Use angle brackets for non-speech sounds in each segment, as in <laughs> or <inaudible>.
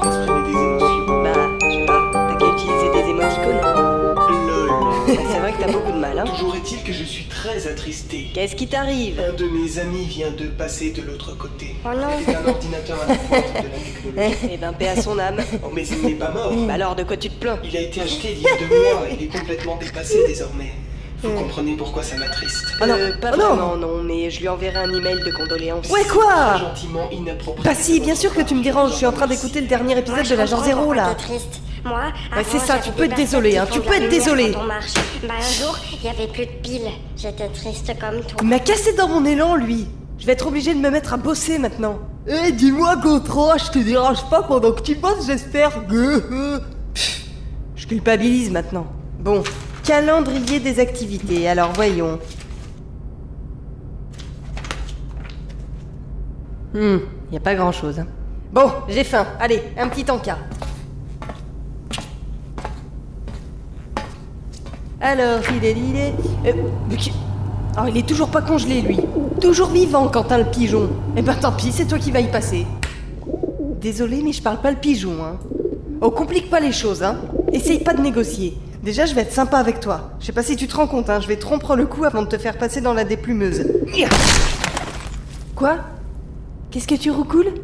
Bah, je sais pas, t'as qu'à utiliser des émoticônes. <laughs> Bah, Lol. c'est vrai que t'as beaucoup de mal, hein. Toujours est-il que je suis très attristé. Qu'est-ce qui t'arrive Un de mes amis vient de passer de l'autre côté. Oh Il est un ordinateur à la pointe de la technologie. <laughs> Eh ben, paix à son âme. Oh, mais il n'est pas mort. Bah alors, de quoi tu te plains Il a été acheté il y a deux mois. Il est complètement dépassé désormais. Hmm. Vous comprenez pourquoi ça m'attriste. Oh non, pas Oh non. vraiment, non, mais je lui enverrai un email de condoléances. Ouais, Très quoi Gentiment inapproprié. Bah si, bien sûr que tu me déranges, je suis en train d'écouter le dernier épisode de l'agent zéro là. Triste. Moi, Ouais, Bah, c'est ça, tu peux être désolé, hein, tu peux être désolé. Bah un jour, il y avait plus de piles. J'étais triste comme toi. Il m'a cassé dans mon élan lui. Je vais être obligée de me mettre à bosser maintenant. Eh, dis-moi Gautran, je te dérange pas pendant que tu bosses, j'espère. <laughs> que... je culpabilise maintenant. Bon, calendrier des activités, alors voyons. Hmm, y a pas grand chose. Bon, j'ai faim. Allez, un petit encas. Alors, il est, il est. euh, mais qui- Oh, il est toujours pas congelé, lui. Toujours vivant, Quentin le pigeon. Eh ben tant pis, c'est toi qui vas y passer. Désolé, mais je parle pas le pigeon, hein. Oh, complique pas les choses, hein. Essaye pas de négocier. Déjà, je vais être sympa avec toi. Je sais pas si tu te rends compte, hein. Je vais te rompre le cou avant de te faire passer dans la déplumeuse. Quoi Qu'est-ce que tu roucoules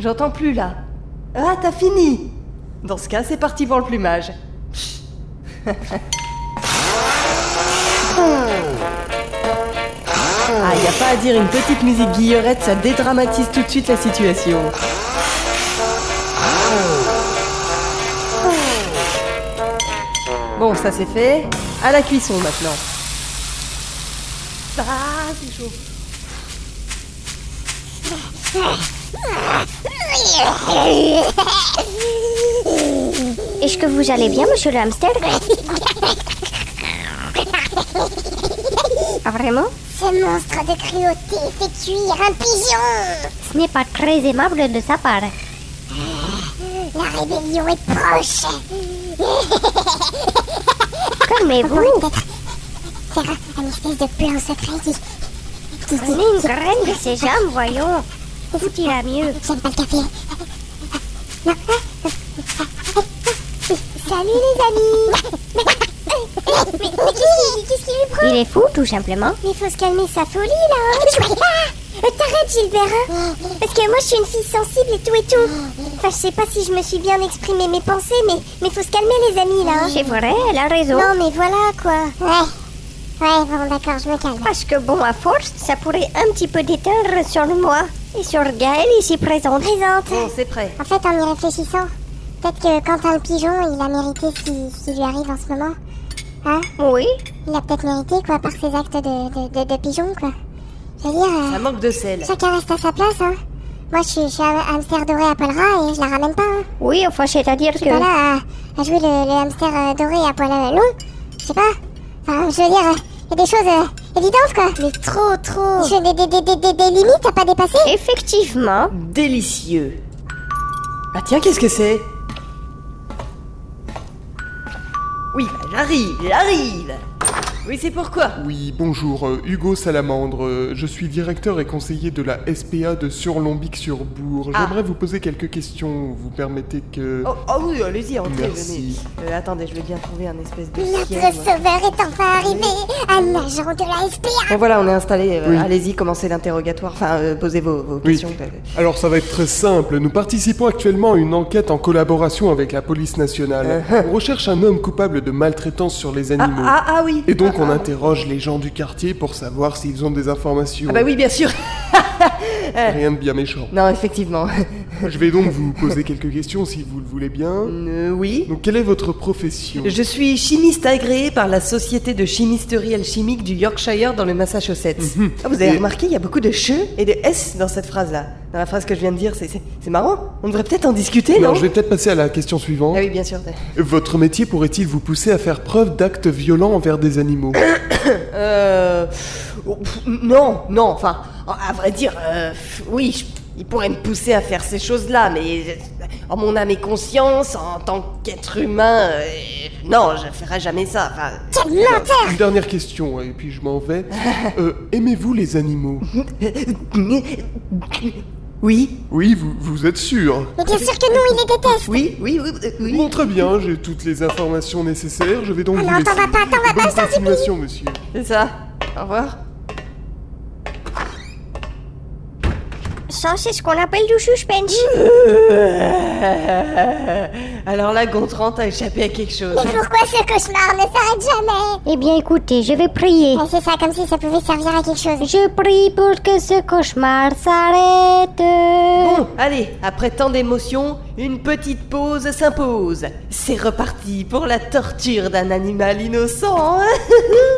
J'entends plus, là. Ah, t'as fini Dans ce cas, c'est parti pour le plumage. Ah, y a pas à dire une petite musique guillerette, ça dédramatise tout de suite la situation. Bon, ça c'est fait. À la cuisson maintenant. Ah, c'est chaud. Est-ce que vous allez bien, monsieur le <laughs> hamster Ah, vraiment Ce monstre de cruauté fait cuire un pigeon Ce n'est pas très aimable de sa part. La rébellion est proche Calmez-vous Faire un espèce de plan secret qui... qui dit... Prenez une graine de sésame, voyons. Vous ira mieux. J'aime pas le café Non Salut les amis <laughs> Mais, mais qu'est-ce qui- qu'est-ce qui lui prend Il est fou, tout simplement. Mais faut se calmer sa folie là hein. Ah Euh, T'arrêtes Gilbert hein. Parce que moi je suis une fille sensible et tout et tout Enfin je sais pas si je me suis bien exprimé mes pensées mais, mais faut se calmer les amis là hein. C'est vrai, elle a raison. Non, mais voilà quoi. Ouais. Ouais, bon, d'accord, je me calme. Parce que bon, à force, ça pourrait un petit peu déteindre sur moi et sur Gaël ici présente. Bon, Présente. c'est prêt. En fait, en y réfléchissant, peut-être que Quentin le pigeon, il a mérité ce qui, ce qui lui arrive en ce moment. Hein Oui, Il a peut-être mérité, quoi, par ses actes de, de, de, de pigeon, quoi. Je veux dire, euh, Ça manque de sel. chacun reste à sa place, hein. Moi, je suis, je suis un hamster doré à poil ras et je la ramène pas, hein. oui, enfin, c'est-à-dire Je suis pas que. là à, à jouer le, le hamster euh, doré à poil euh, long. Je sais pas. Enfin, je veux dire, euh, il y a des choses euh, évidentes, quoi. Mais trop, trop. Je, des, des, des, des, des, des limites à pas dépasser Effectivement. Délicieux. Ah tiens, qu'est-ce que c'est Oui, bah, j'arrive, j'arrive. Oui, c'est pourquoi Oui, bonjour, euh, Hugo Salamandre. euh, Je suis directeur et conseiller de la SPA de Surlombic-sur-Bourg. Ah. J'aimerais vous poser quelques questions. Vous permettez que. Oh, oh oui, allez-y, entrez, Merci. venez. Euh, attendez, je vais bien trouver un espèce de Notre siège. sauveur est enfin arrivé, un agent de la SPA. Bon voilà, on est installé. euh, Oui. Allez-y, commencez l'interrogatoire. Enfin, euh, posez vos, vos Oui. questions. Euh, Alors ça va être très simple. Nous participons actuellement à une enquête en collaboration avec la police nationale. On recherche un homme coupable de maltraitance sur les Euh, hein. Ah, animaux. ah, ah oui. Et donc on a... interroge les gens du quartier pour savoir s'ils ont des informations. Ah bah oui, bien <laughs> sûr. Euh, Rien de bien méchant. Non, effectivement. <laughs> Je vais donc vous poser quelques questions si vous le voulez bien. Euh, oui. Donc quelle est votre profession Je suis chimiste agréé par la Société de chimisterie alchimique du Yorkshire dans le Massachusetts. Ah, vous avez Et- remarqué, il y a beaucoup de che et de s dans cette phrase-là. Dans la phrase que je viens de dire, c'est- c'est c'est marrant. On devrait peut-être en discuter, non, Non, je vais peut-être passer à la question suivante. Ah oui, bien sûr. Votre métier pourrait-il vous pousser à faire preuve d'actes violents envers <coughs> des animaux Euh... oh, pff, Non, non, enfin, à vrai dire, euh, oui, je- Il pourrait me pousser à faire ces choses-là, mais euh, en mon âme et conscience, en tant qu'être humain, euh, non, je ferai jamais ça. Enfin, Quel menteur Une dernière question, et puis je <coughs> m'en vais. Euh, Aimez-vous les animaux oui, Oui, vous, vous êtes sûr Mais bien sûr que non, il les déteste oui, oui, oui, euh, oui. Ah Bon, très bien, j'ai toutes les informations nécessaires, je vais donc vous Alors, laisser. t'en vas pas, t'en vas pas, Bonne je t'en supplie. continuation, monsieur. C'est ça. Au revoir. Ça, c'est ce qu'on appelle du suspense. Alors là, Gontran, t'as échappé à quelque chose. Mais pourquoi ce cauchemar ne s'arrête jamais Eh bien, écoutez, je vais prier. Ah, C'est ça, comme si ça pouvait servir à quelque chose. Je prie pour que ce cauchemar s'arrête. Bon, allez, après tant d'émotions, une petite pause s'impose. C'est reparti pour la torture d'un animal innocent. hein. <laughs>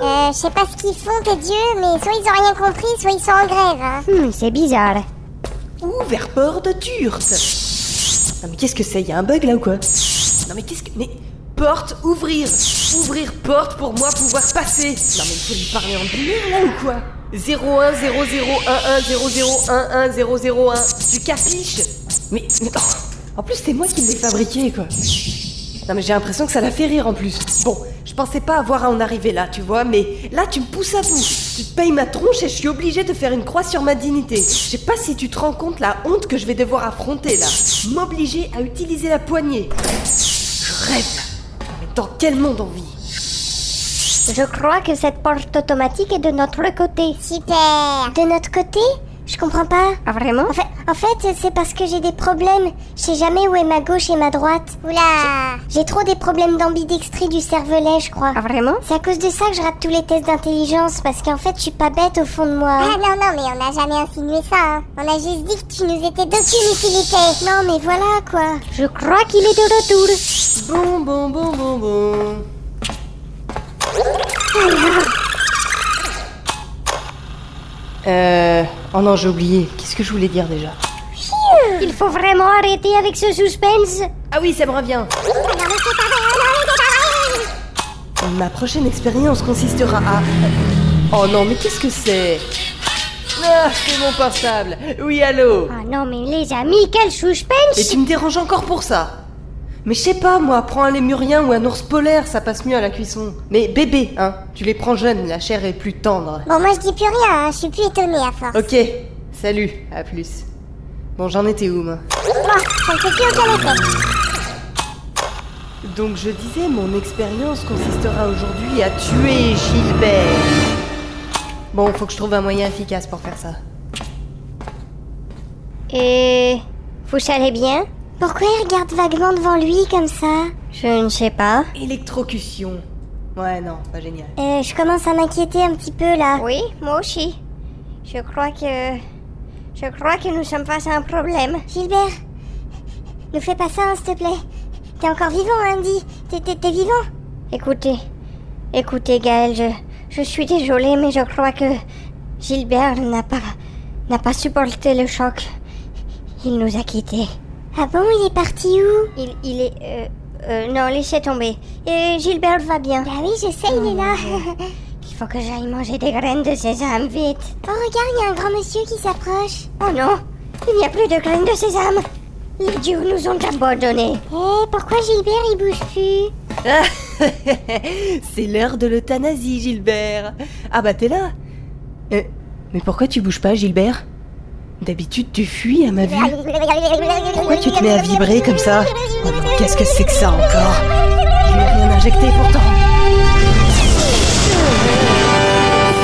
Euh, je sais pas ce qu'ils font, tes dieux, mais soit ils ont rien compris, soit ils sont en grève. hein. Hmm, c'est bizarre. Ouvert port de Turte. Non mais qu'est-ce que c'est Y a un bug là ou quoi Non mais qu'est-ce que... Mais... Porte, ouvrir Ouvrir porte pour moi pouvoir passer Non mais il faut lui parler en binaire là ou quoi 01 0011 0011001 Tu capiches Mais... mais- oh. En plus c'est moi qui l'ai fabriqué quoi non mais j'ai l'impression que ça la fait rire en plus. Bon, je pensais pas avoir à en arriver là, tu vois, mais là tu me pousses à bout. Tu te payes ma tronche et je suis obligée de faire une croix sur ma dignité. Je sais pas si tu te rends compte la honte que je vais devoir affronter là. M'obliger à utiliser la poignée. Je rêve. Mais dans quel monde on vit Je crois que cette porte automatique est de notre côté. Super De notre côté Je comprends pas. Ah, vraiment En fait, en fait, c'est parce que j'ai des problèmes. Je sais jamais où est ma gauche et ma droite. Oula J'ai trop des problèmes d'ambidextrie du cervelet, je crois. Ah, vraiment C'est à cause de ça que je rate tous les tests d'intelligence, parce qu'en fait, je suis pas bête au fond de moi. Ah non, non, mais on n'a jamais insinué ça, hein. On a juste dit que tu nous étais d'aucune utilité. Non, mais voilà, quoi. Je crois qu'il est de retour. Bon, bon, bon, bon, bon. Euh... Oh non, j'ai oublié. Qu'est-ce que je voulais dire déjà Il faut vraiment arrêter avec ce suspense. Ah oui, ça me revient. Ma prochaine expérience consistera à... Oh non, mais qu'est-ce que c'est Ah, c'est mon portable. Oui, allô Ah non, mais les amis, quel Et suspense tu me déranges encore pour ça Mais je sais pas, moi, prends un lémurien ou un ours polaire, ça passe mieux à la cuisson. Mais bébé, hein, tu les prends jeunes, la chair est plus tendre. Bon, moi, je dis plus rien, hein, je suis plus étonnée à force. Ok, salut, à plus. Bon, j'en étais où, moi Bon, ça ne fait plus aucun effet. Donc je disais, mon expérience consistera aujourd'hui à tuer Gilbert. Bon, faut que je trouve un moyen efficace pour faire ça. Et... Vous allez bien Pourquoi il regarde vaguement devant lui comme ça Je ne sais pas. Électrocution. Ouais, non, pas <laughs> génial. Euh, Je commence à m'inquiéter un petit peu là. Oui, moi aussi. Je crois que... Je crois que nous sommes face à un problème. Gilbert, nous fais pas ça, hein, s'il te plaît. T'es encore vivant, hein, Andy. T'es, t'es- t'es vivant. Écoutez, écoutez Gaël, je, je suis désolée, mais je crois que Gilbert n'a pas, n'a pas supporté le choc. Il nous a quittés. Ah bon, il est parti où Il, il est... euh, euh, non, laissez tomber. Et Gilbert va bien. Bah oui, je sais, il est là. <laughs> Il faut que j'aille manger des graines de sésame, vite. oh, regarde, il y a un grand monsieur qui s'approche. Oh non, il n'y a plus de graines de sésame. Les dieux nous ont abandonnés. Eh, pourquoi Gilbert, il bouge plus Ah, C'est l'heure de l'euthanasie, Gilbert. Ah bah t'es là. Euh, mais pourquoi tu bouges pas, Gilbert D'habitude, tu fuis à ma vue. Pourquoi tu te mets à vibrer comme ça Oh non, Qu'est-ce que c'est que ça encore Je n'ai rien injecté pourtant.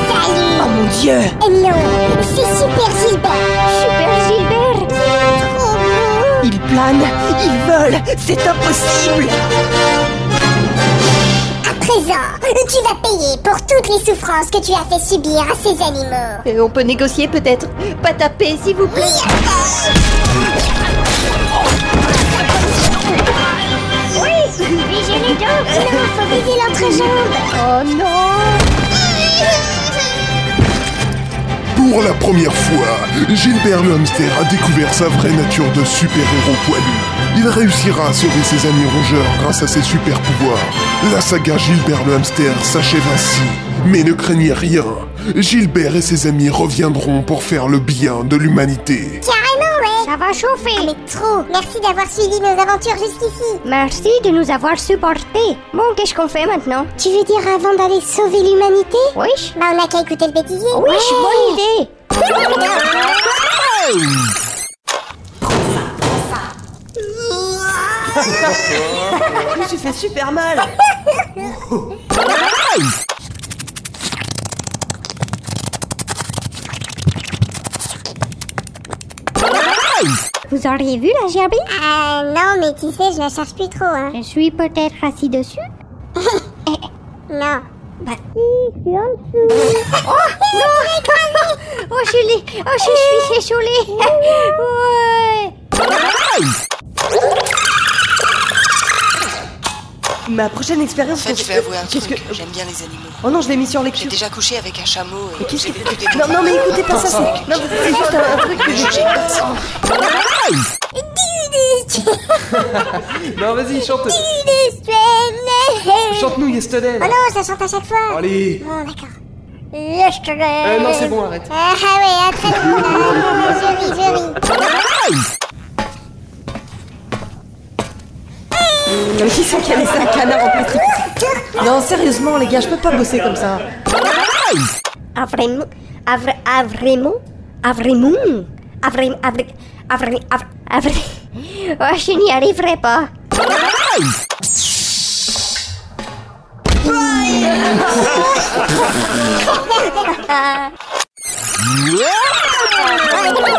Salut Oh mon dieu Hello Eh C'est super Gilbert Super Gilbert Trop beau Ils planent, ils volent, c'est impossible À présent, tu vas payer pour toutes les souffrances que tu as fait subir à ces animaux. Euh, On peut négocier peut-être Pas taper, s'il vous plaît Visez les dents Non, faut viser l'entrejambe Oh non Pour la première fois, Gilbert le hamster a découvert sa vraie nature de super-héros poilu. Il réussira à sauver ses amis rongeurs grâce à ses super pouvoirs. La saga Gilbert le hamster s'achève ainsi. Mais ne craignez rien, Gilbert et ses amis reviendront pour faire le bien de l'humanité. Carrément, ouais Ça va chauffer. Mais trop Merci d'avoir suivi nos aventures jusqu'ici Merci de nous avoir supportés. Bon, qu'est-ce qu'on fait maintenant Tu veux dire avant d'aller sauver l'humanité Wesh Bah on a qu'à écouter le bêtisier Wesh, bonne idée J'ai fait super mal Vous auriez vu la gerbille Ah non, mais tu sais, je la cherche plus trop, hein Je suis peut-être assis dessus Non Bah si, Oh, je suis en dessous. Oh non Oh je l'ai Oh je <laughs> suis écholée <laughs> Ouais Ma prochaine expérience... En fait, je vais avouer un Qu'est-ce truc. que- J'aime bien les animaux. Oh non, je l'ai mis sur J'ai lecture. déjà couché avec un chameau et. Qu'est-ce j'ai que- vécu des Non, non, mais écoutez pas ça, Vincent. c'est... Non, c'est juste un, un truc que Je j'ai... jugeais pas ça. Non, vas-y, chante. Chante-nous yesterday. Ah. Oh non, ça chante à chaque fois Allez. Bon, d'accord. Euh, Yesterday non, c'est bon, arrête. Ah ouais, après <laughs> le monde, ah, je ris, je ris Mais qui c'est qui a laissé un canard en plastique Non, sérieusement, les gars, je peux pas bosser comme ça. Ah vraiment Ah vra- ah, vraiment Ah vraiment Ah vraiment Ah vra- ah, vra- ah, vra- ah, <laughs> vra- Oh je n'y arriverai pas Ah,